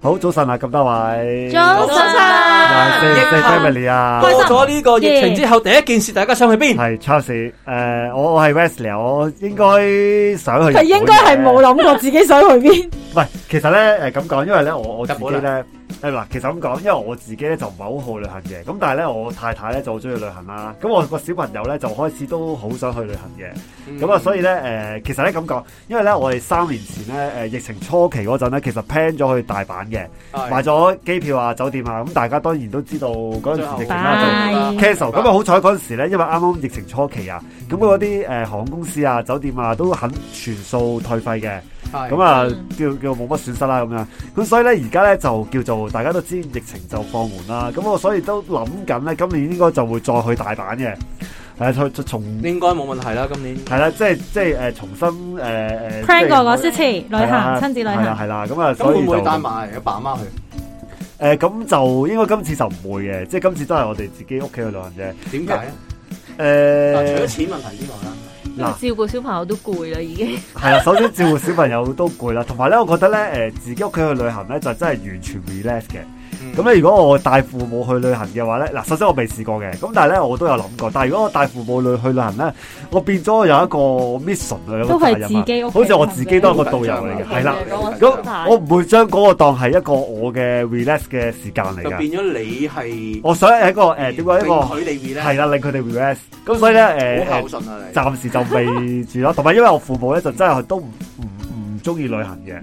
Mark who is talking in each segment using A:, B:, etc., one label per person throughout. A: 好早晨啊，咁多位，
B: 早晨
A: 又系四四 family 啊，
B: 開心
C: 過咗呢個疫情之後，第一件事大家想去
A: 系
C: 邊？
A: Charles，诶，我我系 Wesley，我啊应该想去日本嘅，
D: 佢應該係冇諗過自己想去邊，
A: 唔係，其實咧誒咁講，因為咧我我自己
C: 日
A: 咧誒嗱，其實咁講，因為我自己咧就唔係好好旅行嘅，咁但係咧我太太咧就好中意旅行啦，咁我個小朋友咧就開始都好想去旅行嘅。咁啊，所以咧，誒、其實咧咁講，因為咧，我哋三年前咧，誒、疫情初期嗰陣咧，其實 plan 咗去大阪嘅，買
C: 係
A: 咗機票啊、酒店啊，咁大家當然都知道嗰陣時疫情啦，
D: 拜
A: 就 cancel。咁啊，好彩嗰陣時咧，因為啱啱疫情初期啊，咁嗰啲誒航空公司啊、酒店啊都肯全數退費嘅。咁
C: 咁啊，
A: 啊
B: 嗯，
A: 叫叫冇乜損失啦咁樣。咁所以咧，而家咧就叫做大家都知疫情就放緩啦。咁我所以都諗緊咧，今年應該就會再去大阪嘅。誒，再再重
C: 應該冇問題啦。今年
A: 係啦，即係即係誒重新誒誒
B: plan 過嗰
A: 即係
B: 次旅
A: 係啦
B: 行，親子旅
A: 係啦
B: 行，
A: 係啦，咁啊，
C: 咁
A: 所
C: 會
A: 以
C: 唔
A: 就
C: 會帶埋阿爸阿媽去？
A: 誒咁就應該今次就唔會嘅，即係今次都係我哋自己屋企去旅行啫。
C: 點解咧？嗱除
A: 誒
C: 咗錢問題之外啦，
B: 因為照顧小朋友都攰啦，已經。
A: 係啦，首先照顧小朋友都攰啦，同埋咧，我覺得咧誒自己屋企去旅行咧就真係完全 relax 嘅。
C: 啊
A: 咁咧，如果我帶父母去旅行嘅話咧，嗱，首先我未試過嘅，咁但係咧我都有諗過。但係如果我帶父母去去旅行咧，我變咗有一個 mission 啊，有一個
B: 都係
A: 責任啊
B: 自己屋企
A: 好似我自己都係一個導遊嚟嘅，係啦。咁我唔會將嗰個當係一個我嘅 relax 嘅時間嚟
C: 就
A: 㗎。
C: 變咗你係
A: 啊我想係一個誒點講一個
C: 令佢哋 r e l
A: 係啦，令佢哋 relax。咁所以咧誒
C: 好
A: 誒
C: 孝順啊你。
A: 暫時就未住啦。同埋因為我父母咧就真係都唔唔唔中意旅行嘅，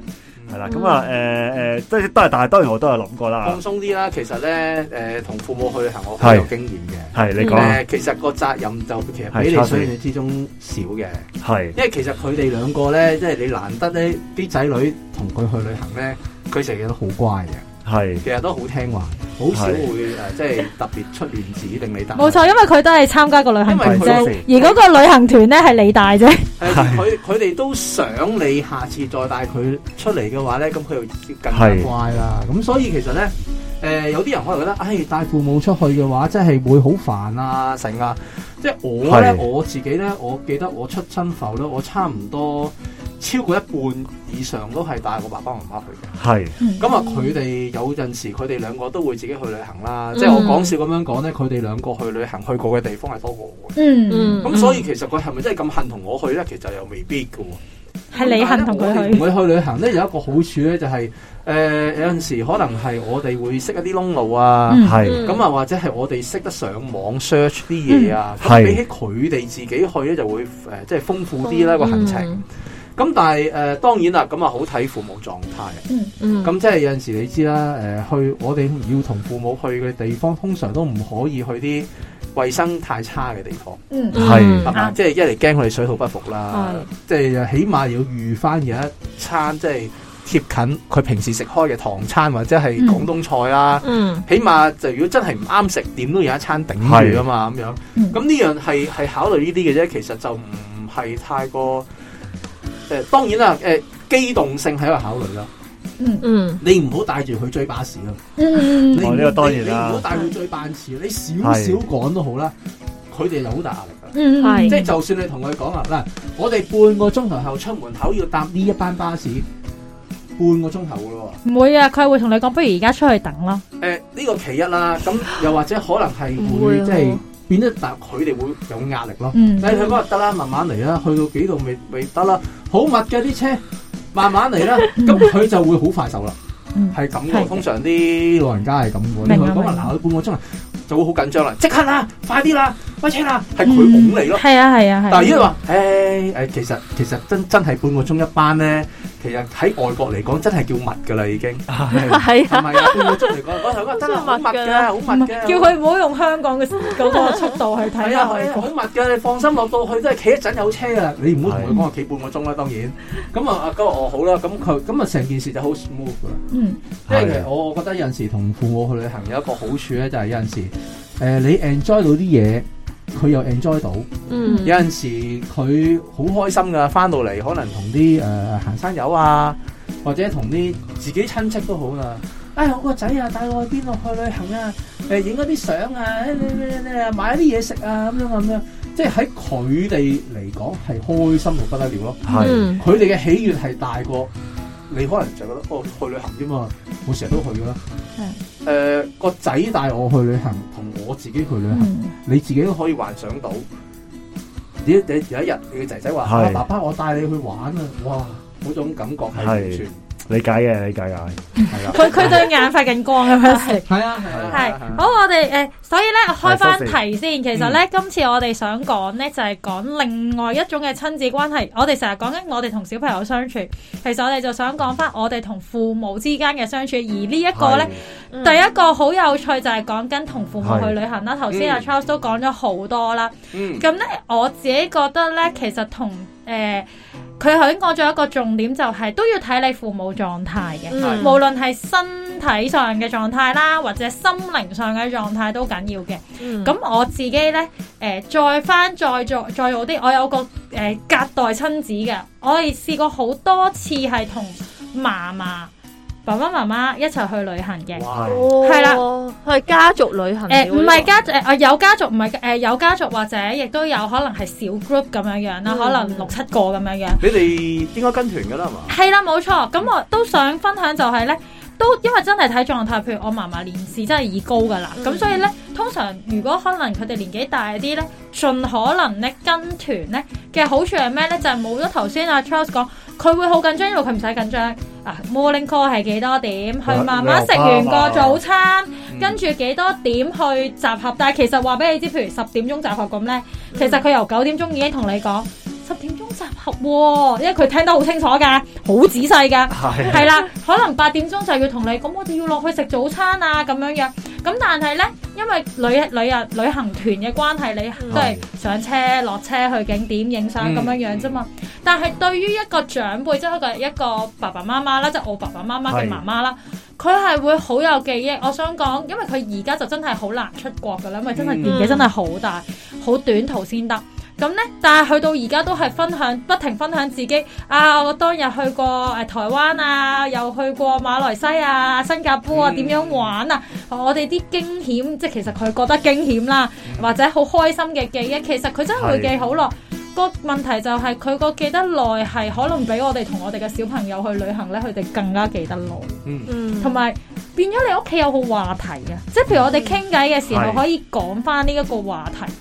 A: 係啦。咁啊誒誒，即係都係，但係當然我都有諗過啦
C: 放。鬆啲啦，其實咧誒同父母去旅行我好
A: 係
C: 有經驗嘅。
A: 係你講啊，
C: 誒，其實個責任就其實比你
A: 係差
C: 想
A: 少
C: 象之中少嘅，
A: 係。
C: 因為其實佢哋兩個咧，即係你難得咧啲仔女同佢去旅行咧，佢成日都好乖嘅。
A: 系
C: 其實都好聽話，好少會誒即係特別出亂子令你 打。
D: 冇錯，因為佢都係參加個旅行團啫，而
C: 因為佢
D: 嗰個旅行團咧係你帶啫，
C: 誒佢佢哋都想你下次再帶佢出嚟嘅話咧，咁佢又更加
A: 係
C: 乖啦。咁所以其實咧，誒、有啲人可能覺得，唉、帶父母出去嘅話，真係會好煩啊，成啊。即係我咧
A: 係
C: 我自己咧，我記得我出親埠咧，我差唔多超過一半以上都係帶我爸爸媽媽去嘅。
A: 系
C: 咁啊，佢哋有陣時，佢哋兩個都會自己去旅行啦。即係我講笑咁樣講咧，佢哋兩個去旅行去過嘅地方係多過我嘅。
D: 嗯，
C: 咁所以其實佢係咪真係咁恨同我去咧？其實又未必嘅喎。
D: 係你恨同
C: 但係
D: 佢
C: 咧
D: 去，
C: 我哋同佢去旅行咧，有一個好處咧，就係、呃有陣時可能係我哋會識一啲窿路啊。
D: 嗯
A: 系
C: 咁啊，或者係我哋識得上網 search 啲嘢啊，
A: 嗯
C: 咁
A: 係
C: 比起佢哋自己去咧，就會誒、呃即係豐富啲啦個行程。咁但係誒、呃、當然啦，咁啊好睇父母狀態。
B: 嗯，
C: 咁即係有陣時你知啦，誒、去我哋要同父母去嘅地方，通常都唔可以去啲衞生太差嘅地方，
D: 嗯
B: ừ.
A: 係
C: 係嘛？即係一嚟驚佢哋水土不服啦，即係起碼要預翻有一餐即係貼近佢平時食開嘅唐餐或者係
D: 嗯
C: 廣東菜啦。
B: 嗯，
C: 起碼就如果真係唔啱食，點都有一餐頂住啊嘛咁樣。
D: 嗯
C: 咁呢樣係係考慮呢啲嘅啫，其實就唔係太過誒、當然啦，誒、機動性係一個考慮啦。
B: 嗯，
C: 你唔好帶住佢追巴士咯。
D: 嗯
C: 你
A: 哦
C: 唔
A: 呢個當然啦
C: 你你唔好帶佢追班次，你少少講都好啦。佢哋就好大壓力啊㗎啦。
D: 嗯，
B: 係
C: 即係就算你同佢講啊，嗱，我哋半個鐘頭後出門口要搭呢一班巴士，半個鐘頭㗎咯
D: 唔會啊，佢會同你講，不如而家出去等啦，
C: 喎。誒、呢個其一啦，咁又或者可能係
B: 唔
C: 會
B: 會
C: 啊即係變咗，但佢哋會有壓力咯。
D: 嗯
C: 你去嗰日得啦，慢慢嚟啦，去到幾度咪咪得啦，好密嘅啲車，慢慢嚟啦，咁佢就會好快手啦。
D: 嗯
C: 係咁
D: 係
C: 嘅，通常啲老人家係咁嘅。你
D: 明
C: 同
D: 啊
C: 佢講話
D: 明啊
C: 嗱，佢半個鐘就會好緊張啦，即刻啦，快啲啦，喂車啦，
D: Ừ.
C: 係佢拱你咯。
D: 係啊係啊係，
C: 但係因為話，誒誒，其實其實真真係半個鐘一班咧，其實喺外國嚟講真係叫密㗎啦，已經
B: 係
C: 係咪啊？半個鐘嚟講，嗰頭嗰真係好密㗎，好密㗎。
D: 叫佢唔好用香港嘅嗰個速度去睇
C: 係
D: 下
C: 啊，係
D: 外
C: 啊，
D: 國
C: 好。密㗎，你放心落到去都係企一陣有車㗎啦。你唔好同佢講話企半個鐘啦，當然。咁啊，咁我好啦，咁佢咁啊，成件事就好 smooth 㗎啦。
D: 嗯，
C: 即係其實我我覺得有陣時同父母去旅行有一個好處咧，就係有陣時誒、呃你 enjoy 到啲嘢，佢又 enjoy 到。
B: 嗯，
C: 有陣時佢好開心噶，翻到嚟可能同啲誒行山友啊，或者同啲自己親戚都好啦。哎，我個仔啊，帶我去邊度去旅行啊？誒，影咗啲相啊，誒誒誒誒買一啲嘢食啊，咁樣咁樣，即係喺
B: Ừ.
C: 佢哋嚟講係開心到不得了咯。
A: 系
C: 佢哋嘅喜悦係大過你可能就覺得哦去旅行啫嘛，我成日都去噶啦。
D: 嗯
C: 誒、個仔帶我去旅行，同我自己去旅行，
D: 嗯
C: 你自己都可以幻想到。你你有一日你嘅仔仔話：
A: 係
C: 啊爸爸，我帶你去玩啊！哇，嗰種感覺係完全
A: 理解嘅，理解嘅。
C: 係啊啦。
D: 佢佢對眼發緊光咁樣食。
C: 係啊係啊
D: 係
C: 係啊
D: 好，我哋誒，所以咧開翻題先。其實
C: 嗯
D: 咧，今次我哋想講咧，就係講另外一種嘅親子關係。我哋成日講緊我哋同小朋友相處，其實我哋就想講翻我哋同父母之間嘅相處。而呢一個咧，
C: 嗯
D: 第一個好有趣就係講緊同父母去旅行啦。頭先阿
C: 嗯
D: Charles 都講咗好多啦。
C: 嗯
D: 咁咧，我自己覺得咧，其實同誒，佢頭先講咗一個重點，就係都要睇你父母狀態嘅。
B: 嗯
D: 無論係身體上嘅狀態啦，或者心靈上嘅狀態都緊要嘅。
B: 嗯
D: 咁、我自己呢，誒、再翻再做再好啲，我有個誒、呃隔代親子嘅，我哋試過好多次係同嫲嫲、爸爸媽媽一齊去旅行嘅。
C: 哇
B: 係啦，係家族旅行
D: 誒唔係家誒、呃有家族唔係誒有家族或者亦都有可能係小 group 咁樣樣啦，
B: 嗯
D: 可能六七個咁樣樣。
C: 你哋應該跟團噶啦係嘛？
D: 係啦，冇錯。咁我都想分享就係呢，都因為真係睇狀態，譬如我嫲嫲年事真係已高噶啦，咁、
B: 嗯
D: 所以呢，通常如果可能佢哋年紀大啲呢，盡可能呢跟團呢嘅好處係咩呢？就係冇咗頭先阿 Charles 講，佢會好緊張，因為佢唔使緊張。啊，morning call 係幾多點？去慢慢食完個早餐，跟住幾多點去集合？但係其實話俾你知，譬如十點鐘集合咁呢，其實佢由九點鐘已經同你講十點鐘集合喎、因為佢聽得好清楚㗎，好仔細㗎。
A: 係
D: 係啦，可能八點鐘就要同你講，我哋要落去食早餐啊咁樣樣。咁但係呢，因為旅旅日旅行團嘅關係，你
B: 嗯
D: 都係上車落車去景點影相
C: 嗯
D: 咁樣樣啫嘛。但係對於一個長輩，即係一個一個爸爸媽媽啦，即係我爸爸媽媽嘅
A: 係
D: 媽媽啦，佢係會好有記憶。我想講，因為佢而家就真係好難出國㗎啦，因為真係
C: 嗯
D: 年紀真係好大，好短途先得。咁呢，但係去到而家都係分享，不停分享自己啊！我當日去過誒、呃台灣啊，又去過馬來西亞、新加坡啊，
C: 嗯
D: 點樣玩啊？我哋啲驚險，即係其實佢覺得驚險啦，或者好開心嘅記憶，其實佢真係會記好耐。個問題就係佢個記得耐係可能比我哋同我哋嘅小朋友去旅行咧，佢哋更加記得耐，
C: 嗯
B: 嗯
D: 同埋變咗你屋企有個話題啊！即係譬如
C: 嗯
D: 我哋傾偈嘅時候
A: 係
D: 可以講翻呢一個話題，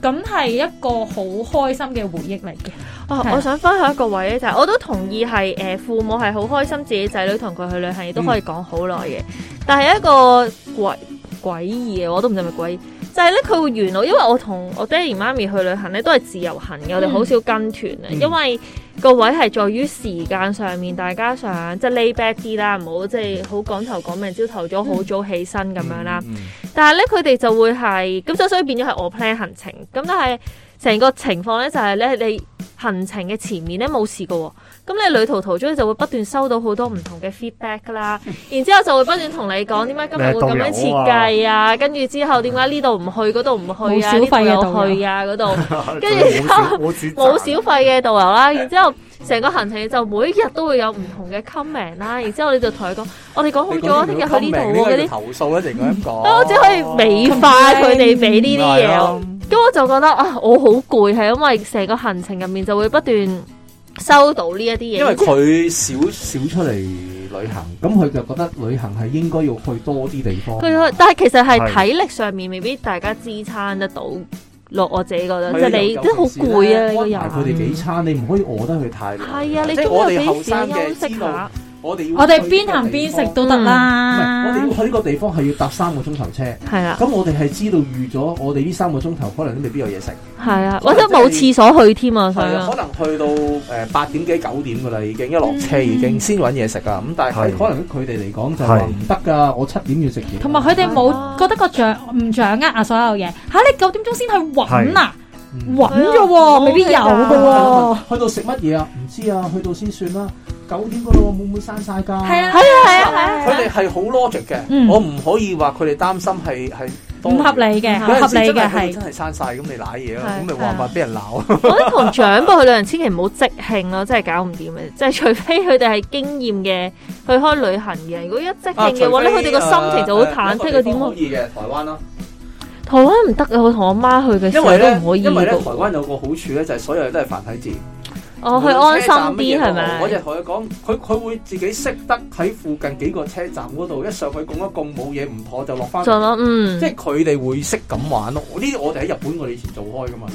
D: 咁係一個好開心嘅回憶嚟嘅。
C: 嗯
B: 啊
D: 係啊
B: 我想分享一個位咧，就係、我都同意係誒、呃父母係好開心自己仔女同佢去旅行，
D: 嗯
B: 亦都可以講好耐嘅。但係一個詭詭異嘅，我都唔知係咪詭異，就係咧佢會沿路，因為我同我爹哋媽咪去旅行咧都係自由行嘅，我哋
D: 嗯
B: 好少跟團嘅，
C: 嗯
B: 因為個位係在於時間上面，大家想即係 lay back 啲啦，唔好即係好趕頭趕命，朝頭早
D: 嗯
B: 好早起身咁樣啦。
C: 嗯
B: 但係咧，佢哋就會係咁，就所以變咗係我 plan 行程。咁但係成個情況咧就係咧，你行程嘅前面咧冇事噶喎。咁你旅途途中你就會不斷收到好多唔同嘅 feedback 㗎 啦，然之後就會不斷同你講點解今日會咁樣設計啊，跟住之後點解呢度唔去，嗰度唔去啊，呢
D: 冇小
B: 度
D: 費嘅導
B: 又
D: 遊
B: 去啊，嗰 度。跟 住
A: 冇 小冇錢賺
B: 冇小費嘅導遊啦，然之後成個行程就每一日都會有唔同嘅 comment 啦，然之後你就同佢講，我哋講好咗，聽日去呢度喎嗰啲，
C: 投訴一定 咁講。
B: 我只哦可以美化佢哋俾呢啲嘢我。咁我就覺得啊，我好攰，係因為成個行程入面就會不斷收到呢一啲嘢，
C: 因為佢少少出嚟旅行，咁佢就覺得旅行係應該要去多啲地方。
B: 佢但係其實係
A: 係
B: 體力上面未必大家支撐得到落，我自己覺得
C: 係啊
B: 即係你
C: 尤其
B: 都好
C: 是呢
B: 攰啊，你個
C: 安排佢哋
B: 人
C: 幾餐，你唔可以餓得佢太耐。
B: 係啊，你
C: 即係
B: 都
C: 我
B: 要
C: 哋後
B: 俾少
C: 生
B: 休息
C: 嘅
B: 啊
C: 知
B: 下
C: 道，，我哋要
D: 我哋邊行邊食都得
C: 嗯唔
D: 啦。
C: 係，我哋要去呢個地方係要搭三個鐘頭車。
B: 係
D: 啊
B: 啊啦，
C: 咁我哋係知道預咗，我哋呢三個鐘頭可能都未必有嘢食。
B: 係啊，或者冇廁所去添啊，所以
C: 係啊，可能去到誒八點幾九點噶啦，已經一落車已
D: 嗯
C: 經先揾嘢食啊。咁但係
A: 係
C: 可能佢哋嚟講就話
A: 係
C: 唔得㗎，我七點要食嘢。
D: 同埋佢哋
B: 啊
D: 冇覺得個掌唔掌握啊所有嘢嚇、你九點鐘先去揾啊，
C: 嗯
D: 揾啫
B: 係啊
D: 喎，未必有嘅
B: 冇計
D: 喎。
C: 去到食乜嘢啊？唔知啊，去到先算啦。九點嗰度會唔會閂晒㗎？
D: 係啊，
B: 係啊係啊係啊
C: 佢哋係好 logic 嘅，
D: 嗯
C: 我唔可以話佢哋擔心係係多餘
D: 唔合。理嘅，
B: 有
D: 唔
C: 有
D: 合
C: 陣時
D: 理
C: 真
D: 嘅
C: 係佢哋
D: 係
C: 真。係閂晒，咁你賴嘢啦，
B: 係
C: 咁咪冇辦法俾人 鬧。啊
B: 我覺得同長輩去旅行千祈唔好即興咯，真係搞唔掂嘅。即係除非佢哋係經驗嘅去開旅行嘅，如果一即
C: 啊
B: 興嘅話咧，佢哋個心情就好忐忑。佢點啊
C: 可
B: 會？
C: 以嘅台灣啦，
B: 台灣唔得啊！我同我媽去嘅時
C: 呃因
B: 候
C: 為
B: 都
C: 咧
B: 唔可以
C: 因為咧
B: 嘅
C: 台
B: 喎。
C: 灣有個好處咧，就係所有嘢都係繁體字。
B: 我哦去安心啲係咪？
C: 我就同佢講，佢佢會自己識得喺附近幾個車站嗰度一上去拱一拱冇嘢唔妥就落翻。
B: 就咯，嗯，
C: 即係佢哋會識咁玩咯。呢啲我哋喺日本我哋以前做開噶嘛，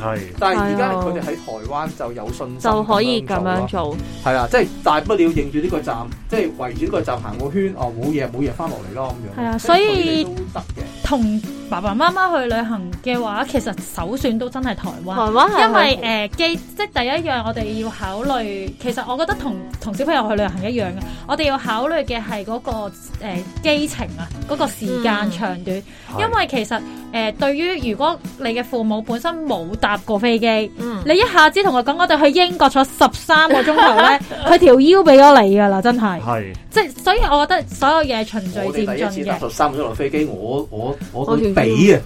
A: 係
C: 但係而家
B: 係啊
C: 佢哋喺台灣就有信心
B: 就可以咁樣
C: 樣做
B: 做，
C: 咯。係啦，即係大不了認住呢個站，即係圍住呢個站行個圈，哦冇嘢冇嘢翻落嚟咯咁樣。
D: 係啊所以
C: 即係佢哋都得嘅。
D: 同爸爸媽媽去旅行嘅話，其實首選都真係台
B: 台
D: 灣。
B: 灣係
D: 因為誒、呃、基即係第一樣，我哋要考慮，其實我覺得同同小朋友去旅行一樣嘅，我哋要考慮嘅係嗰個誒、呃、機程啊，嗰、個時間
B: 嗯
D: 長短，
A: 係
D: 因為其實誒、呃、對於如果你嘅父母本身冇搭過飛機。
B: 嗯
D: 你一下子同佢講，我哋去英國坐十三個鐘頭咧，佢條腰俾咗你㗎啦，真係。
A: 係
D: 即係所以，我覺得所有嘢係循序
C: 我
D: 漸
C: 哋第一
D: 進
C: 次搭啊
D: 嘅，
C: 十三個鐘落飛機，我我我
B: 我
C: 個
B: 條腰
C: 髀啊，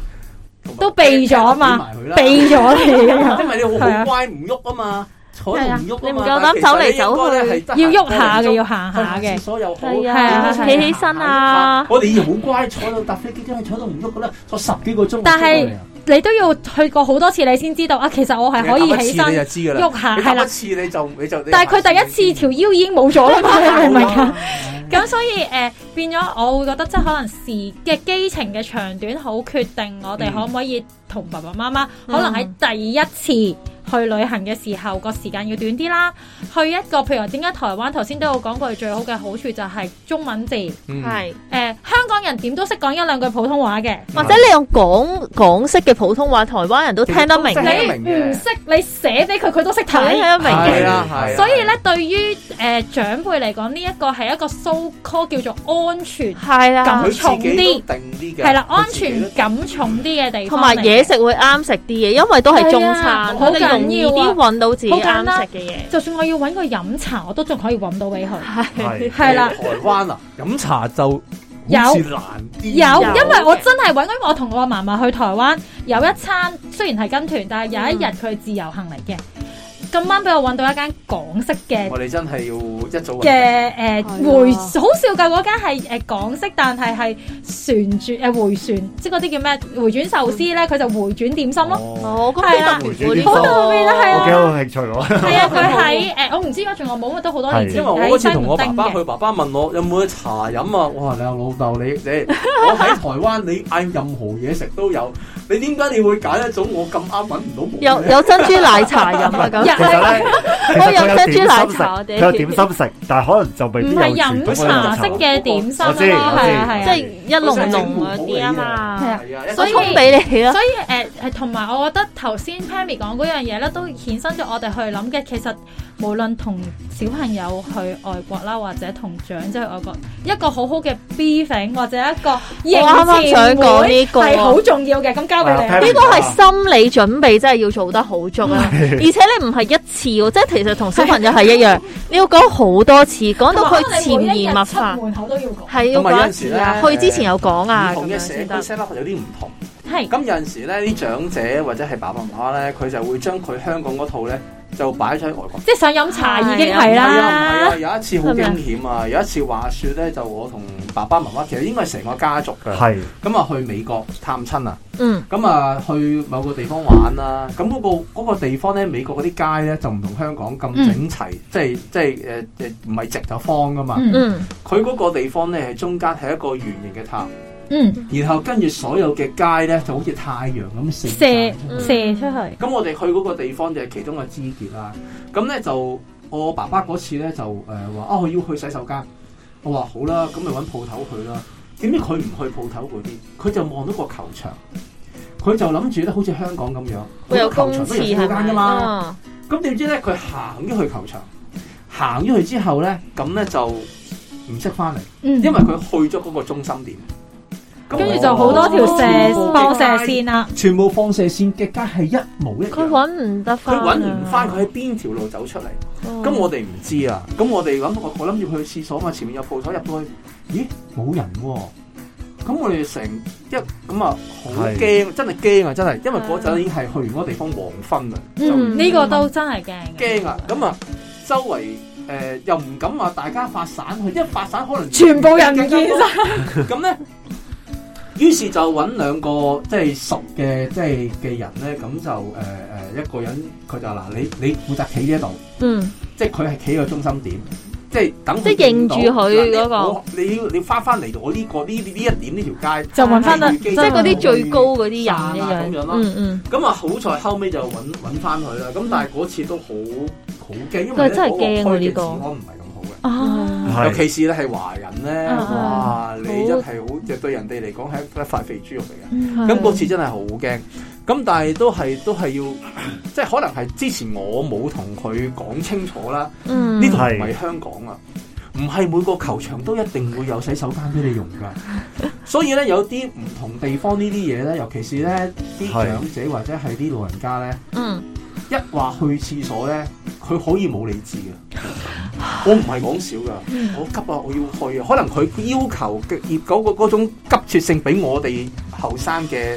C: 同埋
D: 都避咗啊嘛
C: 孭埋佢啦
D: 避咗你㗎 啦。
C: 因為你
D: 係啊
C: 好乖唔喐啊嘛，坐喺度唔
B: 係
C: 喐啊嘛，
B: 啊你唔夠膽走嚟走去
D: 要喐下嘅，要
C: 行
D: 行下嘅。
C: 所有好
B: 係
D: 啊
B: 啊，起起身啊，
C: 我哋以前好乖，坐喺度搭飛機真係坐喺度唔喐噶啦，坐十幾個鐘。
D: 但係你都要去過好多次，你先知道啊。其實我係可以起身
C: 你就知㗎啦，
D: 喐下，
C: 你
D: 係
C: 搭
D: 啦
C: 一。次你就你就。
D: 但係佢第一次條腰已經冇咗啦 嘛，你明唔明啊？咁所以誒、呃、變咗，我會覺得即係可能時嘅基程嘅長短好決定我哋
C: 嗯
D: 可唔可以同爸爸媽媽，
B: 嗯
D: 可能喺第一次去旅行嘅時候個時間要短啲啦。去一個譬如話點解台灣頭先都有講過，最好嘅好處就係中文字。誒、
C: 嗯
B: 係
D: 香港人點都識講一兩句普通話嘅。
B: 或者你用港港式嘅普通話，台灣人都聽得明
C: 聽得
B: 嘅，
C: 明
D: 你唔
C: 嘅
D: 識，你寫俾佢，佢都識
B: 睇
D: 睇。
B: 得明
C: 係
B: 嘅，
C: 啊係啊。
D: 所以咧，對於誒、呃、長輩嚟講，呢、一個係一個 so call 叫做安全，
B: 係啦
C: 佢，自己
D: 重
C: 都定啲嘅，
D: 係啦，
C: 佢
D: 安
C: 自己都
D: 全感重啲嘅地方嚟嘅。
B: 同埋嘢食會啱食啲嘢，因為都係中
D: 係啊
B: 餐，佢哋容易啲揾到自己啱食嘅嘢。
D: 就算我要揾個飲茶，我都仲可以揾到俾佢。
A: 係
D: 係啦，
C: 台灣啊，飲茶就好似
D: 有
C: 難
D: 有，
C: 啲。
B: 有
D: 因為我真係揾，因為我同我嫲嫲去台灣有一餐，雖然係跟團，但係有一日佢係自由行嚟嘅，咁啱俾我揾到一間港式嘅
C: 我哋真係要一早搵
D: 嘅誒呃
B: 係啊
D: 回好笑㗎嗰間係誒港式，但係係旋轉誒回旋，即係嗰啲叫咩回轉壽司咧，佢就回轉點心咯。
C: 哦，
B: 哦，咁都特別喎呢個
D: 好特別啦係
A: 我
D: 啊
A: 幾有興趣喎，
D: 係啊，佢喺誒，我唔知而家仲有冇，因為都好多年
A: 係
C: 因
D: 前
C: 為我
D: 喺
C: 嗰次
D: 西
C: 同
D: 門
C: 我爸
D: 町
C: 爸去，
D: 嘅。
C: 爸爸問我有冇茶飲啊？我話你阿老豆，你你我喺台灣，你嗌任何嘢食都有，你點解你會揀一種我咁啱揾唔到冇
B: 有
C: 嘅？
B: 有珍珠奶茶飲啊
A: 其
D: 又
B: 咁，
A: 實咧，其
B: 我
A: 實佢
B: 有
A: 有
B: 珍珠
A: 點
B: 奶
A: 心食，
B: 茶我哋
A: 佢有點心食，但係可能就未必
D: 唔
A: 有
D: 係
A: 傳統
D: 飲
A: 嘅
D: 茶式嘅點心咯，係啊係
B: 即
D: 啊。
B: 係一籠籠嗰啲啊
C: à.
D: 係
B: 嘛，
D: 啊
C: 係啊，一
D: 所以
B: 沖俾你啦
D: 所。以誒誒，同埋我覺得頭先 Pammy 講嗰樣嘢咧，都衍生咗我哋去諗嘅。其實無論同小朋友去外國啦，或者同長者去外國，一個好好嘅 b e f i n g 或者一個
B: 我啱啱想講呢個
D: 係好重要嘅。咁交俾
A: 係啊
D: 你。
B: 呢個係心理準備，真係要做得好足啊！ 而且你唔係一次喎，即係其實同小朋友係一 樣，你要講好多次，講到佢潛移默化，
D: 門口都要講。
B: 係要講一次啊！
C: 同埋
B: 去
C: 有陣時咧
B: 之前有講啊，
C: 唔
B: 咁
C: 同
B: 樣
C: 嘅社
B: 先
C: 區
B: 得。
C: set up 有啲唔同。
D: 係
C: 咁有陣時咧，啲長者或者係爸爸媽媽咧，佢就會將佢香港嗰套咧就擺咗喺外國。
D: 即係想飲茶已經係
C: 係啊，
D: 啦
C: 唔係。啊，有一次好驚險啊！有一次話説咧，就我同爸爸媽媽，其實應該係成個家族嘅，
A: 係
C: 咁啊去美國探親啊，
B: 嗯，
C: 咁啊去某個地方玩啦。咁嗰、個嗰個地方咧，美國嗰啲街咧就唔同香港咁整齊，即係即係誒誒唔係直就方噶嘛。
D: 嗯
B: 嗯，
C: 佢嗰、個地方咧係中間係一個圓形嘅塔，
D: 嗯。
C: 然後跟住所有嘅街咧就好似太陽咁射晒
D: 射
C: 出去
B: 嗯
D: 射出去，
C: 咁我哋去嗰個地方就係其中嘅支結啦。咁咧就呃我爸爸嗰次咧就誒話、啊，我要去洗手間。我話好啦，咁咪揾鋪頭去啦。點知佢唔去鋪頭嗰啲，佢就望到個球場，佢就諗住咧好似香港咁樣，
B: 會有
C: 好多
B: 公
C: 球場都
B: 廁
C: 有洗手
B: 係
C: 間㗎
B: 咪
D: 哦
C: 嘛。
B: 啊？
C: 咁點知咧佢行咗去球場，行咗去之後咧，咁咧就唔識翻嚟，
D: 嗯，
C: 因為佢去咗嗰個中心點。咁
D: 跟住
C: 我
D: 就好多條
C: 全
D: 射
C: 部嘅
D: 放射
C: 街，
D: 線啊啦，
C: 全部放射線嘅街係一模一
B: 哦
C: 樣。
B: 佢揾唔得
C: 佢
B: 翻，
C: 揾唔翻佢喺邊條路走出嚟，
B: 哦。
C: 咁我哋唔知啊。咁我哋諗，我我諗住去廁所啊嘛，前面有鋪頭入到去，咦冇人喎、咁我哋成一咁啊，好
A: 係
C: 驚，真係驚啊，真係，因為嗰陣已經係去完嗰個地方黃昏啦，就
B: 嗯
D: 呢個都真係驚嘅
C: 驚啊！咁啊，周圍誒、呃又唔敢話大家發散去，因為發散可能
D: 全部人唔見
C: 晒。咁咧，於是就揾兩個即係熟嘅即係嘅人咧，咁就誒誒、呃一個人佢就嗱你你負責企呢一度，
B: 嗯，
C: 即係佢係企個中心點，即係等佢
B: 即係認住佢
C: 見到
B: 嗰個
C: 嗱你我你要你翻翻嚟我呢、個呢呢呢一點呢條街，
D: 就揾翻得，
C: 即
B: 即
D: 即
B: 係
D: 係
B: 嗰
D: 嗰
B: 啲
D: 啲
B: 最高嗰啲人一
C: 散啊咁
B: 樣
C: 樣，咯
B: 嗯嗯，
C: 咁啊好彩後尾就揾揾翻佢啦，咁但係嗰次都好好驚，因為
B: 佢真係驚喎啊
C: 嗰個區
B: 呢
C: 嘅治
B: 個
C: 安唔係咁好嘅。
B: 哦
D: 啊，
A: 係
C: 尤 其是咧係華人咧，哇
B: 啊！
C: 你真係好，就對人哋嚟講係一塊肥豬肉嚟
D: 嗯
C: 嘅。咁嗰次真係好驚，咁但係都係都係要， 即係可能係之前我冇同佢講清楚啦。
B: 嗯
C: 呢度唔係香港啊，唔係每個球場都一定會有洗手間俾你用㗎。所以咧，有啲唔同地方呢啲嘢咧，尤其是咧啲
A: 係
C: 長者或者係啲老人家咧。
B: 嗯，
C: 一話去廁所咧，佢可以冇理智嘅。我唔係講少噶，我急啊，我要去啊。可能佢要求嘅熱嗰個嗰種急切性比我哋後生嘅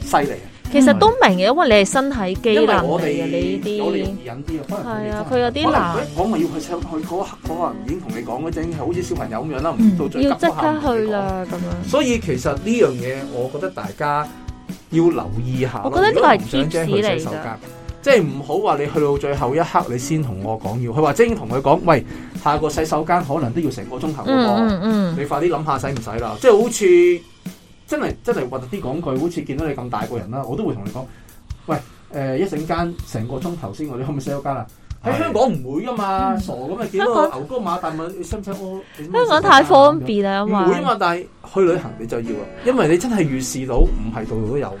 C: 犀利啊。
B: 其實都明嘅，因為你係身體機
C: 因為
B: 能嚟
C: 我
B: 嘅，你
C: 哋我哋容
B: 呢
C: 易忍啲啊，可
B: 啲
C: 能
B: 係
C: 哋
B: 啊
C: 真，
B: 佢有啲
C: 可能
B: 難
C: 佢。一講話要去上去嗰刻，可能已經同你講嗰陣係好似小朋友咁樣啦，唔
D: 嗯
C: 到最急
B: 要即
C: 嗰下唔
B: 刻
C: 同你
B: 去
C: 講。
B: 啦咁樣。
C: 所以其實呢樣嘢，我覺得大家要留意下
B: 我
C: 咯。
B: 覺得呢個係
C: 如果唔想將佢
B: tips
C: 洗手間，即係唔好話你去到最後一刻你先同我講要，佢或者已經同佢講，喂，下個洗手間可能都要成個鐘頭嘅喎，
B: 嗯嗯
C: 你快啲諗下使唔使啦。即係好似真係真係核突啲講句，好似見到你咁大個人啦，我都會同你講，喂，誒、一陣間成個鐘頭先，我哋可唔可以洗手間啊？喺
A: 係
C: 香港唔會噶嘛，
D: 嗯
C: 傻咁啊！見
B: 香
C: 到個牛高馬大問，你使唔使屙？你使
B: 嗯，
C: 唔使洗手間啊
B: 香港太方便啦，因
C: 唔會啊
B: 為
C: 嘛，但係去旅行你就要啊，因為你真係預示到唔係度度都有嘛。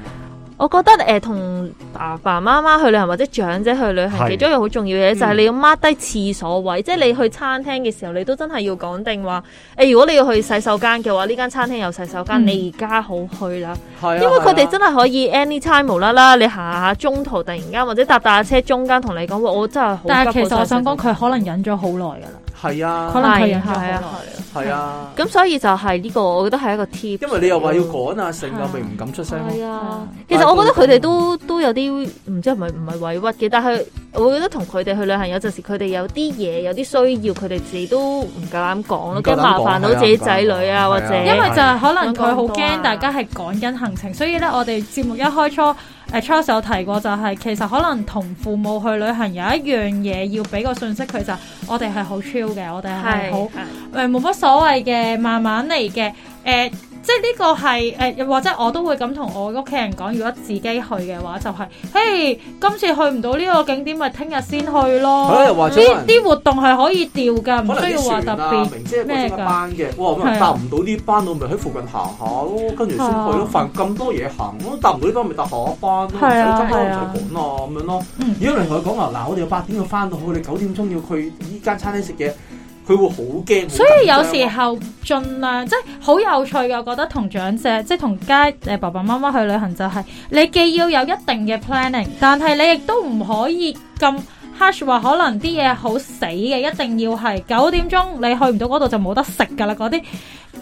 B: 我覺得誒同爸爸媽媽去旅行或者長者去旅行，
A: 係
B: 其中一樣好重要嘅嘢就係
C: 嗯
B: 你要 mark 低廁所位，即係你去餐廳嘅時候，你都真係要講定話誒，如果你要去洗手間嘅話，呢間餐廳有洗手間，
D: 嗯
B: 你而家好去啦。
C: 係啊
B: 因為佢哋真係可
D: 啊
B: 以 anytime 無啦啦，你行下中途突然間或者搭搭下車中間同你講，喂我真係好急。
D: 但係其實
B: 好
D: 我
B: 想
D: 想
B: 食
D: 講，佢可能忍咗好耐㗎啦，
C: 係
D: 可
C: 啊，
D: 能佢忍咗
B: 係
D: 好
B: 係
D: 耐
B: 啊
D: 啦。
C: 係啊，
B: 咁所以就係呢個，我覺得係一個 tip。
C: 因為你又話要趕啊，成啊，咪唔敢出聲咯。
B: 係啊
D: 啊，
B: 其實我覺得佢哋都都有啲唔知係咪唔係委屈嘅，但係我覺得同佢哋去旅行有陣時，佢哋有啲嘢有啲需要，佢哋自己都唔夠膽講
C: 唔
B: 咯，
C: 夠膽
B: 驚麻煩到自己
C: 講係啊
B: 仔女啊，
C: 唔
B: 或
C: 夠膽講
B: 者
C: 係啊
D: 因為就係可能佢好
B: 香港啊
D: 驚大家係趕緊行程，所以咧我哋節目一開初，誒、Charles 有提過就係、其實可能同父母去旅行有一樣嘢要俾個信息佢就係我哋係好 chill 嘅，我哋係好
B: 係
D: 誒呃冇乜所謂嘅，慢慢嚟嘅。誒、呃即係呢個係誒，又、或者我都會咁同我屋企人講，如果自己去嘅話，就係、嘿，今次去唔到呢個景點，咪聽日先去
C: 係啊，
D: 咯。
C: 又或者
D: 啲
C: 可
D: 啲活動係可以調㗎，唔
C: 能可能
D: 需要話
C: 啲
D: 特
C: 船啊
D: 別，。
C: 明知一個鐘
D: 咩
C: 一
D: 㗎
C: 班嘅，哇咁啊
D: 係啊
C: 搭唔到呢班，我咪喺附近行下咯，跟住先去咯。
D: 係
C: 凡咁多嘢行，咁搭唔到呢班咪搭下一班咯，唔
D: 係
C: 使
D: 啊
C: 急咯，
D: 係
C: 唔
D: 啊
C: 使趕啊咁樣咯
D: 嗯。
C: 如果你同佢講話嗱，我哋八點要翻到去，你九點鐘要去呢間餐廳食嘢，佢會好驚。好
D: 所以有
C: 緊張
D: 時啊候盡量即係好有趣嘅，我覺得同長者即係同街誒爸爸媽媽去旅行就係、你既要有一定嘅 planning，但係你亦都唔可以咁 hush 話可能啲嘢好死嘅，一定要係九點鐘你去唔到嗰度就冇得食㗎啦嗰啲。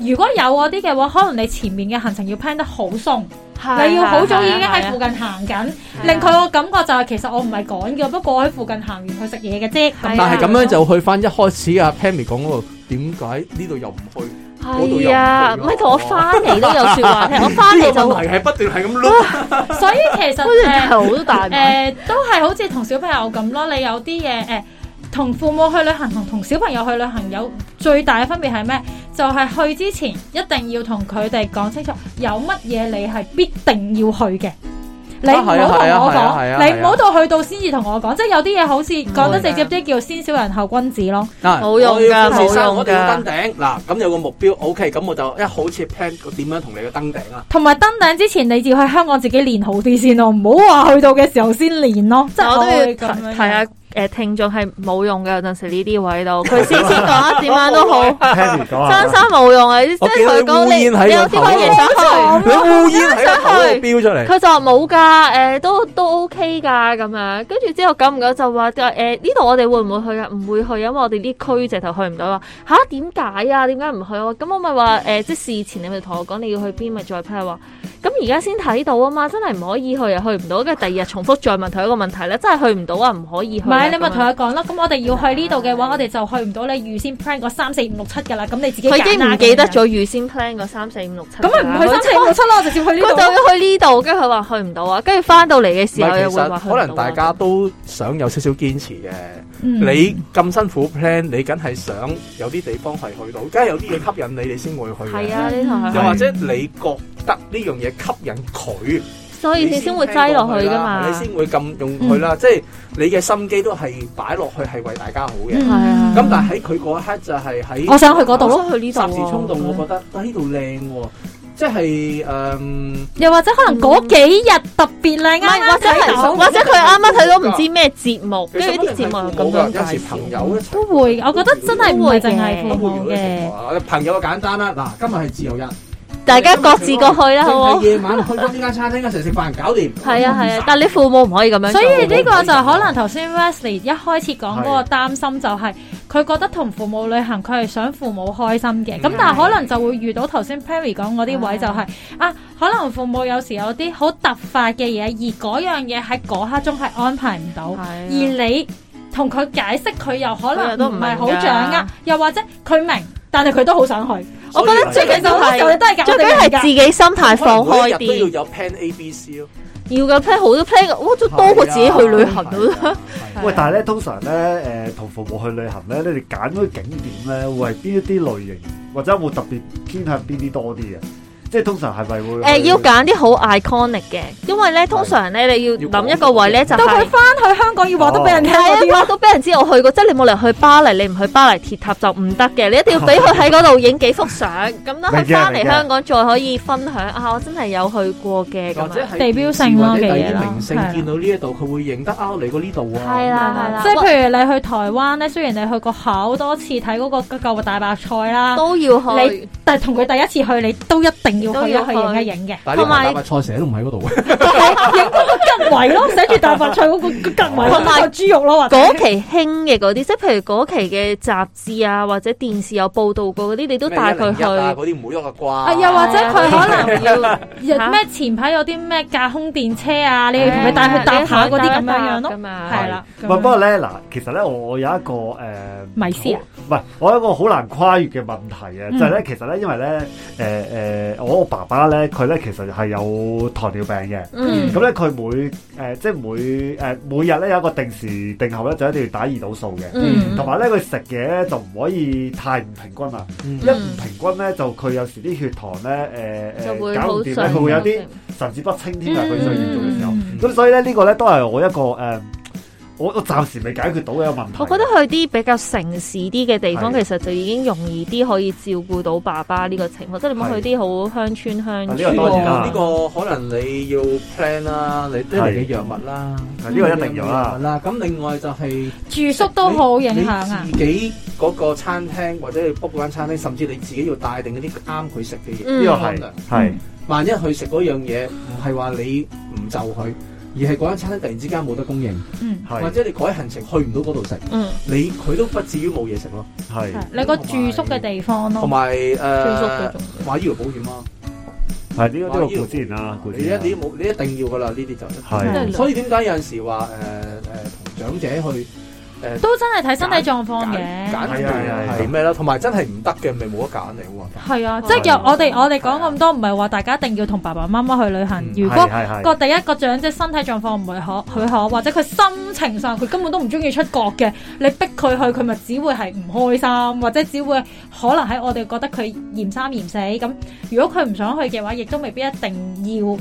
D: 如果有嗰啲嘅話，可能你前面嘅行程要 plan 得好鬆，你要好早已經喺附近行緊，令佢個感覺就係、其實我唔係趕嘅，不過我喺附近行完去食嘢嘅啫。
B: 係啊
C: 但係咁樣就去翻一開始阿 Pammy 講嗰度，點解呢度又唔去？度
B: 係啊，
C: 有
B: 唔係同我翻嚟都有説話聽， 我
D: 啊
B: 翻嚟
C: 呢
B: 就
C: 個問題係不斷係咁碌，
D: 所以其實
B: 嗰陣
D: 誒
B: 係好大
D: 誒、都係好似同小朋友咁咯，你有啲嘢誒，同、父母去旅行同同小朋友去旅行有最大嘅分別係咩？就係、去之前一定要同佢哋講清楚，有乜嘢你係必定要去嘅。你唔好同
C: 係啊
D: 我
C: 係啊係啊係啊
D: 講，你唔好到去到先至同我講，即係有啲嘢好似講得直接啲叫先小人後君子咯。
C: 嗯
B: 冇用㗎
C: 我要富士山
B: 冇用㗎
C: 我哋要登頂嗱，咁有個目標，OK，咁我就一好似 plan 我點樣同你去登頂啊？
D: 同埋登頂之前，你要喺香港自己練好啲先咯，唔好話去到嘅時候先練咯。即係
B: 我都要提
D: 會咁樣
B: 提下誒聽眾係冇用嘅，有陣時呢啲位度，佢 先先講得點樣都好，
A: Henry 講下
B: 生生冇用嘅，即
C: 啊我見
B: 係
C: 到
B: 佢講你
C: 你烏煙喺
B: 你有
C: 個
B: 啲
C: 頭
B: 乜嘢想 去。
C: 佢烏煙喺個頭度飆出嚟，
B: 佢就話冇噶，誒、都都 OK 噶咁樣，跟住之後久唔久就話誒呢度我哋會唔會去啊？唔會去，因為我哋啲區直頭去唔到啊。吓點解啊？點解唔去啊？咁我咪話誒，即係事前你咪同我講你要去邊，咪再 plan 話。咁而家先睇到啊嘛，真係唔可以去啊，去唔到，跟住第二日重複再問同一個問題咧，真係去唔到啊，唔可以去
D: 唔
B: 啊。
D: 係，你咪
B: 咁樣
D: 同佢講啦。咁我哋要去呢度嘅話，我哋就去唔到你預先 plan 嗰三四五六七㗎啦。咁你自己
B: 佢已
D: 經
B: 經唔記得。咗預先 plan 嗰三四五六七㗎啦，
D: 咁咪唔去三四五六七啦，我直接去呢
B: 佢
D: 度
B: 就
D: 啦。
B: 要去呢度，跟住佢話去唔到啊，跟住翻到嚟嘅
C: 唔
B: 時候
C: 係
B: 又
C: 其
B: 會話
C: 實
B: 去唔到啊
C: 可能大家都想有少少堅持嘅。
D: 嗯
C: 你咁辛苦 plan，你梗係想有啲地方係去到，梗係有啲嘢吸引你，你先會去嘅。
B: 係啊，呢同
C: 又
B: 係
C: 或者你覺得呢樣嘢吸引佢，
B: 所以你先會擠落去㗎嘛
C: 你。先會咁用佢啦。即係你嘅心機都係擺落去係為大家好嘅。
D: 嗯
B: 係啊
C: 咁但係喺佢嗰一刻就係喺
D: 我想去嗰度咯
B: 我想去呢度啊
C: 霎時衝動，我覺得啊呢度靚喎，即係誒
D: 又或者可能嗰幾日特別靚，啊
B: 唔係
D: 啱啱
B: 或者
D: 睇到
B: 係或者佢啱啱睇到唔知咩節目，跟住啲節目又咁樣
C: 有時
B: 介
C: 朋
B: 紹。
C: 友一齊
D: 都會嘅。我覺得真係唔係淨係
C: 都
D: 父
C: 會
D: 母
C: 有啲情
D: 嘅
C: 況。啊朋友就簡單啦，嗱今日係自由日，
B: 大家各自各去啦，好
C: 淨係
B: 冇？
C: 夜晚去翻呢間餐廳一齊食飯，搞掂。
B: 係啊係啊，但係你父母唔可以咁樣做。
D: 所以呢個就可能頭先 Wesley 一開始講嗰個
A: 係
D: 擔心就係佢覺得同父母旅行佢係想父母開心嘅，咁
C: 嗯
D: 但係可能就會遇到頭先 Perry 講嗰
B: 嗯
D: 啲位就係、啊，可能父母有時有啲好突發嘅嘢，而嗰樣嘢喺嗰刻中係安排唔到，
B: 係啊
D: 而你同佢解釋佢又可
B: 佢又都
D: 能
B: 唔
D: 唔係好
B: 明㗎
D: 掌握，又或者佢明，但係佢都好想去。
B: 我覺得最緊
D: 其實
B: 要
D: 好多時候
B: 係
D: 你都係咁，
B: 最緊要係自己心態放開
C: 每一日都
B: 啲，
C: 要有 plan A B C 咯，
B: 要嘅 plan 好多 plan，㗎哇，都多過自己去旅行
C: 係
B: 咯。
C: 啊。係啊
A: 喂，但係咧，通常咧，誒、同父母去旅行咧，你哋揀嗰啲景點咧，會係邊一啲類型，或者有冇特別偏向邊啲多啲嘅？即係通常係咪會
B: 誒、要揀啲好 iconic 嘅，因為咧通常咧你要諗一個位咧就
D: 到佢
B: 係、
D: 翻去香港要話得俾人聽嗰
B: 係
D: 啲
B: 一
D: 咯
B: 個。都俾人知我去過，即係你冇理由去巴黎，你唔去巴黎鐵塔就唔得嘅，你一定要俾佢喺嗰度影幾幅相，咁等佢翻嚟香港再可以分享啊！我真係有去過嘅
C: 或
B: 咁
C: 者
B: 樣，
C: 係
D: 地標性咯
C: 或者
D: 嘅
C: 第
D: 嘢
C: 二
D: 啦
C: 明星
D: 係啦
C: 見到呢一度，佢會認得啊，我嚟過呢度啊。
B: 係啦係啦，
D: 即係譬如你去台灣咧，雖然你去過好多次睇嗰個舊大白菜啦，
B: 都要去
D: 你。但係同佢第一次去，你都一定要去一去影一影 嘅，
C: 但係呢
B: 同埋
C: 個大白菜成日都唔喺嗰度嘅，
D: 吉圍咯，寫住大白菜嗰個吉圍
B: 同埋
D: 嗰個豬肉咯，或 者
B: 嗰期興嘅嗰啲，即係譬如嗰期嘅雜誌啊，或者電視有報道過嗰啲，你都帶佢去。
C: 咩101啊嗰啲唔會喐嘅
D: 啊
C: 啩。
D: 又或者佢可能
B: 能要嚇
D: 有咩前排有啲咩架空電車啊，你要同佢帶佢搭下嗰啲咁樣樣咯，係啦。
A: 唔係，不過咧嗱，其實咧，我我有一個誒、
D: 迷思啊
A: 好，唔係我有一個好難跨越嘅問題啊，
D: 嗯
A: 就係咧，其實咧，因為咧，誒、誒，我爸爸咧，佢咧其實係有糖尿病嘅，
B: 嗯
A: 咁咧佢每誒、即係每誒、每日咧有一個定時定候咧，就一定要打胰島素嘅。
B: 嗯，
A: 同埋咧，佢食嘢咧就唔可以太唔平均啦，
C: 嗯
A: 一唔平均咧就佢有時啲血糖咧誒
B: 就會
A: 誒搞
B: 好
A: 唔掂咧，
B: 上
A: 佢會有啲
B: 頭
A: 神志不清添啊！佢最嚴重嘅時候，
D: 嗯
A: 咁所以咧呢個咧都係我一個誒，我我暫時未解決到嘅一個問題。
B: 我覺得去啲比較城市啲嘅地方，其
A: 係
B: 實就已經容易啲可以照顧到爸爸呢個情況，即係你唔好
A: 係
B: 去啲好鄉村鄉
A: 啊呢個當然啦
C: 呢個可能你要 plan 啦，你一嚟嘅藥物啦，
A: 係呢個一定要啦。
C: 啦。咁另外就係
D: 住宿都好影響啊
C: 你。自己嗰個餐廳或者你 book 嗰間餐廳，甚至你自己要帶定嗰啲啱佢食嘅嘢。
A: 呢
B: 嗯
A: 個
C: 可
A: 係
C: 能
A: 係
C: 萬一佢食嗰樣嘢，唔係話你唔就佢，而係嗰間餐廳突然之間冇得供應，
D: 嗯，
C: 或
A: 係
C: 者你改行程去唔到嗰度食，
B: 嗯，
C: 你佢都不至於冇嘢食咯。
A: 係
D: 你個住宿嘅地方
C: 同
D: 咯，
C: 埋
B: 住
C: 誒，
B: 宿嗰
C: 呃
B: 種。
C: 買醫療保險啊，
A: 係呢個呢個固之然啦，固之
C: 你一
A: 然啦
C: 你冇你一定要噶啦，呢啲就。
A: 啊係
B: 嗯
C: 所以點解有陣時話誒誒同長者去
D: 都真係睇身體狀況嘅
A: 係
C: 揀。揀
A: 啊係啊係啊
C: 係咩啦？同埋真係唔得嘅，咪冇得揀你喎。
D: 係
C: 哦
D: 啊，即係由我哋我哋講咁多，唔係話大家一定要同爸爸媽媽去旅行
C: 嗯。
D: 如果
A: 係係係
D: 個第一個長者身體狀況唔係可許可，或者佢心情上佢根本都唔中意出國嘅，你逼佢去，佢咪只會係唔開心，或者只會可能喺我哋覺得佢嫌三嫌四咁。如果佢唔想去嘅話，亦都未必一定要。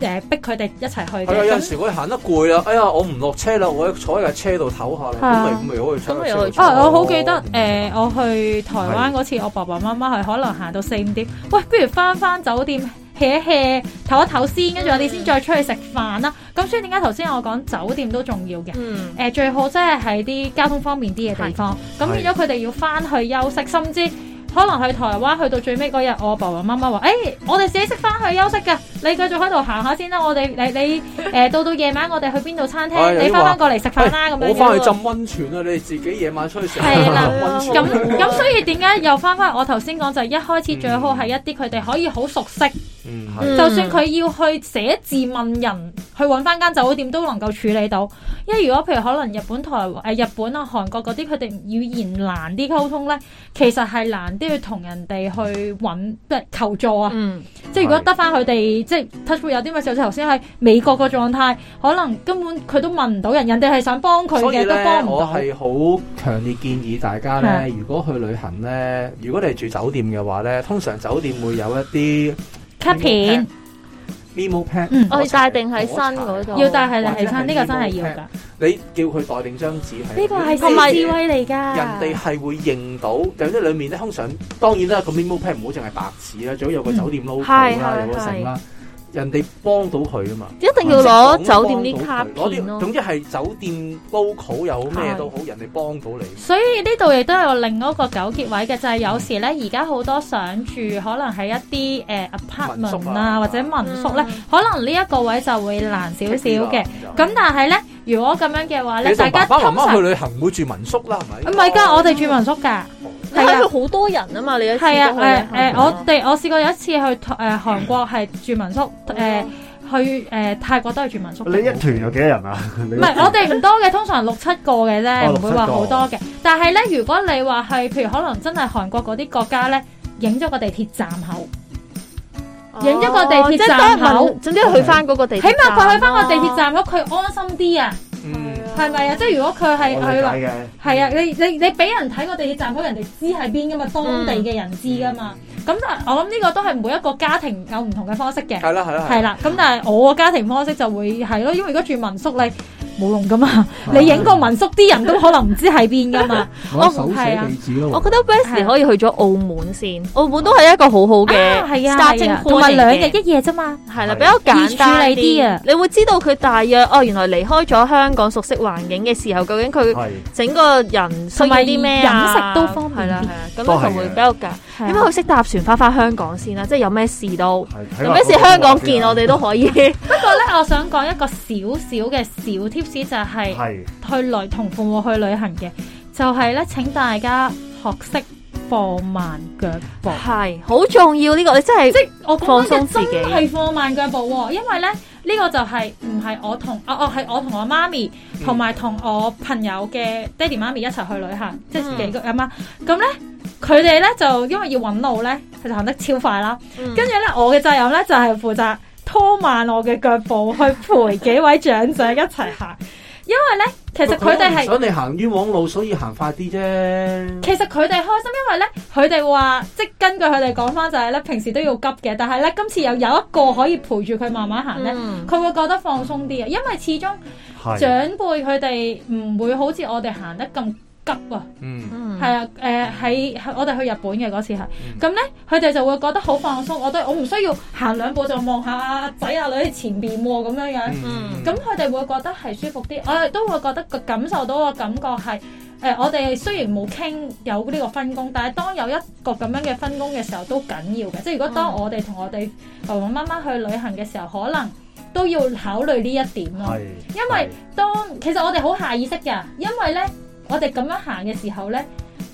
D: 誒逼佢哋一齊去嘅，
C: 係啊，有陣
D: 咁
C: 時我行得攰啦，哎呀，我唔落車啦，我坐喺架車度唞下啦，
D: 係啊
C: 咁咪咪可以
B: 咁
C: 坐
B: 咪
C: 架
B: 可以
C: 車度
B: 坐
C: 坐。
D: 啊！我好記得誒、我去台灣嗰次，我爸爸媽媽係可能行到四五點，喂，不如翻翻酒店 hea 一 hea 唞一唞先，跟住我哋先再出去食飯啦。
C: 嗯
D: 咁所以點解頭先我講酒店都重要嘅？
B: 嗯
D: 誒、最好即係喺啲交通方便啲嘅地方，咁
A: 係
D: 變咗佢哋要翻去休息，甚至可能去台灣去到最尾嗰日，我爸爸媽媽話：，誒、我哋自己識翻去休息㗎，你繼續喺度行下先啦。我哋你你誒、到到夜晚，我哋去邊度餐廳，
C: 哎有啲
D: 你翻翻過嚟食飯啦咁
C: 我
D: 樣
C: 翻去
D: 樣。
C: 浸温泉啊啦，你哋自己夜晚出去食
D: 係
A: 啊
D: 啦
C: 温
D: 啊
C: 泉。
D: 咁
B: 哦
D: 咁，所以點解又翻翻我頭先講就係一開始最好係一啲佢哋可以好熟悉
C: 嗯
A: 係
D: 就算佢要去寫字問人，去揾翻間酒店都能夠處理到。因為如果譬如可能日本、台誒、呃日本啊、韓國嗰啲，佢哋語言難啲溝通呢，其實係難啲去同人哋去揾即係求助啊。
B: 嗯，
D: 即係如果
A: 係
D: 得翻佢哋即係 touch wood 有啲咩事，好似頭先喺美國個狀態，可能根本佢都問唔到人，人哋係想幫佢
C: 所以
D: 嘅都
C: 咧，
D: 幫唔
C: 我
D: 到。
C: 係好強烈建議大家咧，如果去旅行咧，如果你係住酒店嘅話咧，通常酒店會有一啲
D: 卡片
C: memo pad，
D: 嗯
B: 我要帶定喺身嗰度，
D: 要帶係嚟起身，呢個真係要㗎。
C: 你叫佢代定張紙係。
D: 呢個係
B: 同埋
D: 智慧嚟㗎。
C: 人哋係會認到，就呢裏面咧，通常當然啦，個 memo pad 唔好淨係白紙啦，最好有個酒店 logo
B: 係
C: 啦，
B: 係
C: 有個成
B: 係
C: 啦，人哋幫到佢啊嘛。
B: 一定要攞酒店啲卡片
C: 攞啲
B: 咯。
C: 總之係酒店 local 又好咩都好，人哋幫到你。
D: 所以呢度亦都有另一個糾結位嘅，就係、有時咧，而家好多想住可能係一啲誒、呃
C: 民
D: apartment
C: 宿
D: 啊
C: 啊
D: 或者民宿咧，
B: 嗯
D: 可能呢一個位就會難少少嘅。
C: 咁
D: 咁但係咧，如果咁樣嘅話咧，
C: 你
D: 大
C: 同
D: 家
C: 爸爸
D: 通
C: 媽媽去
D: 常
C: 旅行唔會住民宿啦，係咪？
D: 唔係㗎，我哋住民宿㗎。
B: 因為好多人啊嘛，你一次
D: 係
B: 過
D: 啊，誒、
B: 去旅
D: 誒、
C: 嗯
B: 行
D: 我哋我試過有一次去誒、呃、韓國係住民宿，誒、
C: 嗯
D: 去誒、呃泰國都係住民宿
A: 你
D: 嘅。
A: 一團有幾多人啊？唔
D: 唔係，我哋唔多嘅，通常六七個嘅啫，
A: 哦
D: 唔會話好
A: 六七個
D: 多嘅。但係咧，如果你話係譬如可能真係韓國嗰啲國家咧，影咗個地鐵站口，
B: 哦
D: 影咗個地鐵站口
B: 口，總之去翻嗰個地鐵
D: 起
B: 站
D: 碼
B: 啦，
D: 佢去翻個地鐵站口，佢安心啲啊，
C: 嗯，
A: 哦
D: 係咪啊？即係如果佢係
A: 我理
D: 佢話
A: 解嘅。
D: 係啊，你你你俾人睇個地鐵站口，人哋知係邊噶嘛，當地嘅人知噶嘛。
A: 嗯
D: 咁但係我諗呢個都係每一個家庭有唔同嘅方式嘅，
C: 係啦
A: 嗯
C: 係啦
D: 係啦。咁但係我個家庭方式就會係咯，因為如果住民宿你。冇用噶 嘛，你影個民宿啲人都可能唔知喺邊噶嘛。
B: 我
E: 攞
D: 啊
E: 手寫地址咯。
B: 我覺得 Wesley 可以去咗澳門先，澳門都係一個好好嘅
D: 啊，係啊，係
B: starting
D: 啊
B: point
D: 同埋兩
B: 嚟
D: 日
B: 嘅
D: 一夜啫嘛。
B: 係啦，比較簡單
D: 易處理啲啊
B: 你會知道佢大約哦，原來離開咗香港熟悉環境嘅時候，究竟佢
A: 係
B: 整個人需要啲咩啊
D: 同埋飲食都方便
B: 係
D: 啲
B: 啦，係啦咁
A: 都係
B: 樣
A: 嘅
B: 就會比較簡。
D: 係啊
B: 因為佢識搭船翻翻香港先啦，即係有咩事都，
A: 係
B: 有咩事香
A: 啊
B: 港見我哋都可以。
D: 不過咧，我想講一個小小嘅小 tips 就係、
A: 係
D: 去旅同父母去旅行嘅，就係、呢，咧請大家學識放慢腳步。
B: 係好重要呢個，你真係
D: 即係我講
B: 放
D: 緊
B: 鬆自己
D: 嘅真係放慢腳步喎，因為咧呢、呢個就係唔係我同啊哦係我同我媽咪
B: 嗯
D: 同埋同我朋友嘅爹哋媽咪一齊去旅行，即
B: 嗯
D: 係幾個阿媽咁咧，佢哋咧就因為要揾路咧，佢就行得超快啦。跟住咧，我嘅責任咧就係、負責拖慢我嘅腳步，去陪幾位長者一齊行。因為咧，其實佢哋
C: 唔
D: 係，
C: 想你行冤枉路，所以行快啲啫。
D: 其實佢哋開心，因為咧，佢哋話即係根據佢哋講翻就係咧，平時都要急嘅，但係咧今次又有一個可以陪住佢慢慢行咧，
B: 嗯
D: 佢、會覺得放鬆啲啊。因為始終
A: 係
D: 長輩佢哋唔會好似我哋行得咁急啊。
C: 嗯，
B: 嗯
D: 係啊，誒、喺喺我哋去日本嘅嗰次係
C: 嗯，
D: 咁咧佢哋就會覺得好放鬆，我都我唔需要行兩步就望下阿仔啊阿女喺前邊喎咁樣樣，
B: 嗯
D: 咁佢哋會覺得係舒服啲，我哋都會覺得個感受到個感覺係誒、我哋雖然冇傾有呢個分工，但係當有一個咁樣嘅分工嘅時候都緊要嘅，即係如果當
B: 嗯
D: 我哋同我哋爸爸媽媽去旅行嘅時候，可能都要考慮呢一點咯。
A: 係，
D: 因為當其實我哋好下意識㗎，因為咧我哋咁樣行嘅時候咧，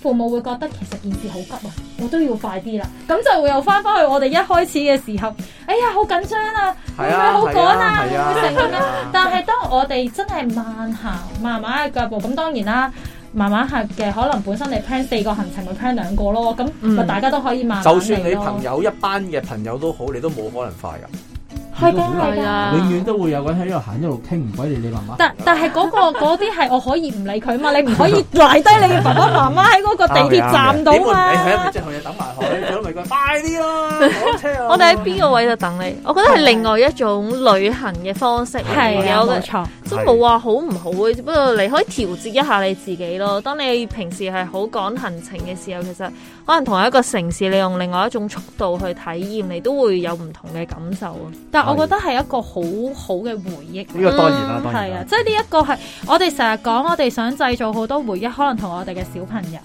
D: 父母會覺得其實件事好急啊，我都要快啲啦，咁就會又翻返去我哋一開始嘅時候，哎呀好緊張啊，
C: 係啊，
D: 會唔會好趕啊
C: 係
D: 會唔
C: 啊，
D: 會成咁樣
C: 係啊
D: 但係當我哋真係慢行，慢慢嘅腳步，咁當然啦。慢慢行嘅，可能本身你 plan 四個行程，咪 plan 兩個咯，咁咪
B: 嗯
D: 大家都可以慢慢
C: 就算
D: 嚟
C: 你
D: 咯
C: 朋友一班嘅朋友都好，你都冇可能快噶。
D: 係㗎係
B: 係
D: 㗎，
B: 啊，
E: 永遠都會有個人喺度行一路傾，唔啊鬼理你慢慢。
D: 但但係 嗰、個嗰啲係我可以唔理佢嘛，你唔可以賴低你嘅爸爸媽媽喺嗰個地鐵站度
C: 點會唔理佢啊？
D: 嘛
C: 咪。即係佢等埋佢，最好咪佢快 啲啦，趕車啊！
B: 我哋喺邊個位度等你？我覺得係另外一種旅行嘅方式嚟嘅，
D: 係啊，
B: 有
D: 冇
B: 嘅
D: 錯，
B: 都冇話好唔好啊嘅，只不過你可以調節一下你自己咯。當你平時係好趕行程嘅時候，其實可能同一個城市，你用另外一種速度去體驗，你都會有唔同嘅感受啊。
D: 但我覺得係一個好好嘅回憶。
A: 呢個當然啦，當然
D: 係啊
A: 啦，，
D: 即係呢一個係我哋成日講，我哋想製造好多回憶，可能同我哋嘅小朋友。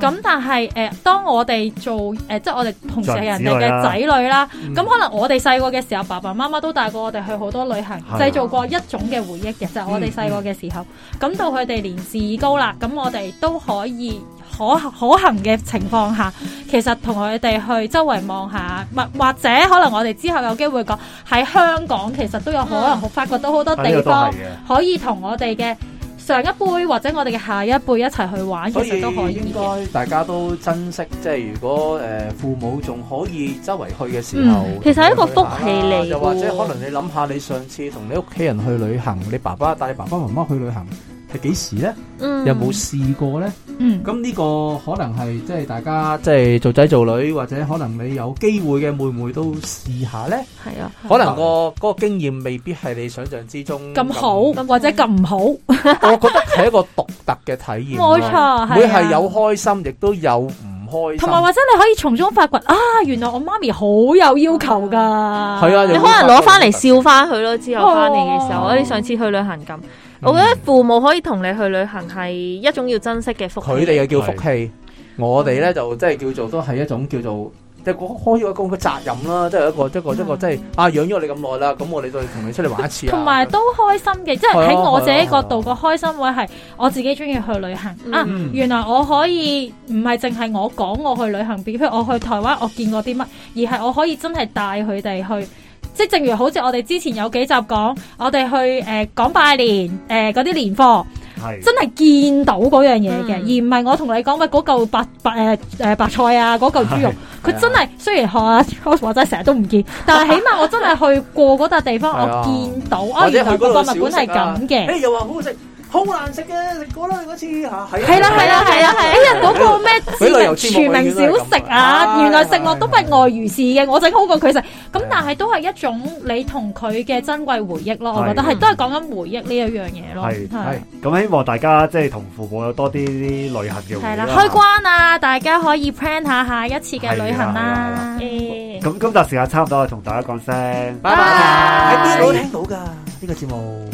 D: 咁、但係誒、呃，當我哋做誒、呃即係我哋同時係人哋嘅仔女啦。
C: 嗯
D: 咁、可能我哋細個嘅時候，爸爸媽媽都帶過我哋去好多旅行，
A: 係
D: 製造過一種嘅回憶嘅，就係、我哋細個嘅時候。咁、到佢哋年事已高啦，咁我哋都可以可可行嘅情況下，其實同佢哋去周圍望下，或或者可能我哋之後有機會講喺香港，其實都有可能發掘到好多
A: 啊呢
D: 地
A: 個都
D: 方
A: 係嘅。
D: 可以同我哋嘅上一輩或者我哋嘅下一輩一齊去玩，其
C: 所以
D: 實都可以
C: 應
D: 嘅。
C: 該大家都珍惜，即係如果誒、呃父母仲可以周圍去嘅時候，
B: 嗯其實係一個福氣嚟喎
C: 啊又或者可能你諗下，你上次同你屋企人去旅行，你爸爸帶你爸爸媽媽去旅行係幾時咧？
B: 嗯，
C: 有冇試過咧？
D: 嗯，
C: 咁呢個可能係即係大家即係做仔做女，或者可能你有機會嘅，會唔會都試下咧？
B: 係啊？
C: 可能個嗰個經驗未必係你想象之中
D: 咁好
C: 咁
D: 或者咁唔好，
C: 我覺得係一個獨特嘅體驗咯。
D: 冇錯，
C: 會
D: 啊
C: 係有開心，亦都有唔開心。
D: 同埋或者你可以從中發掘啊，原來我媽咪好有要求噶。係
C: 係啊
B: 你可能攞翻嚟笑翻佢咯，之後翻嚟嘅時候，我哋上次去旅行咁，
C: 嗯
B: 我覺得父母可以同你去旅行係一種要珍惜嘅福氣。
C: 佢哋嘅叫福氣，我哋咧就即係叫做都係一種叫做。即係開咗一個個責任啦，即係一個一個一個即係啊養咗你咁耐啦，咁我哋就同你出嚟玩一次啊。
D: 同埋都開心嘅，即係
C: 係
D: 喺
C: 啊
D: 我自己角度
C: 係
D: 個開心位係我自己中意去旅行
B: 嗯
D: 啊！原來我可以唔係淨係我講我去旅行，譬如我去台灣我見過啲乜，而係我可以真係帶佢哋去。即係正如好似我哋之前有幾集講，我哋去誒、呃、講拜年誒嗰啲年貨，
A: 係
D: 真係見到嗰樣嘢嘅，
B: 嗯
D: 而唔係我同你講喂嗰嚿白白誒誒、呃白菜啊，嗰嚿豬
C: 嗯
D: 肉。佢真
C: 啊
D: 係雖然學啊阿 Charles 話齋成日都唔 見，但係起碼我真係去過嗰笪地方，
C: 係啊
D: 我見到啊，
C: 或者
D: 原
C: 去
D: 來
C: 嗰
D: 個
C: 度啊
D: 博物館係咁嘅。
C: 誒哎又話好好食，好難食嘅，食過啦嗰次嚇，係啊
D: 係啦係啦係啦係啦！哎呀，嗰個咩
C: 俾旅遊
D: 知
C: 節
D: 名
C: 目
D: 廚名
C: 永遠都係咁
D: 小食啊，
C: 啊
D: 原來食落都不外如是嘅，我整好過佢食。咁
C: 啊
D: 但係都係一種你同佢嘅珍貴回憶咯，我覺得
A: 係
D: 係都係講緊回憶呢一樣嘢咯。
A: 係
D: 係
C: 係
A: 咁希望大家即係同父母有多啲啲旅行嘅回
D: 係
A: 憶
D: 啦，
A: 啦
D: 開關啊，大家可以 plan 下下一次嘅旅行啦。
B: 誒
A: 咁今集時間差唔多，同大家講聲。
C: 拜拜，喺邊度聽到㗎呢個節目？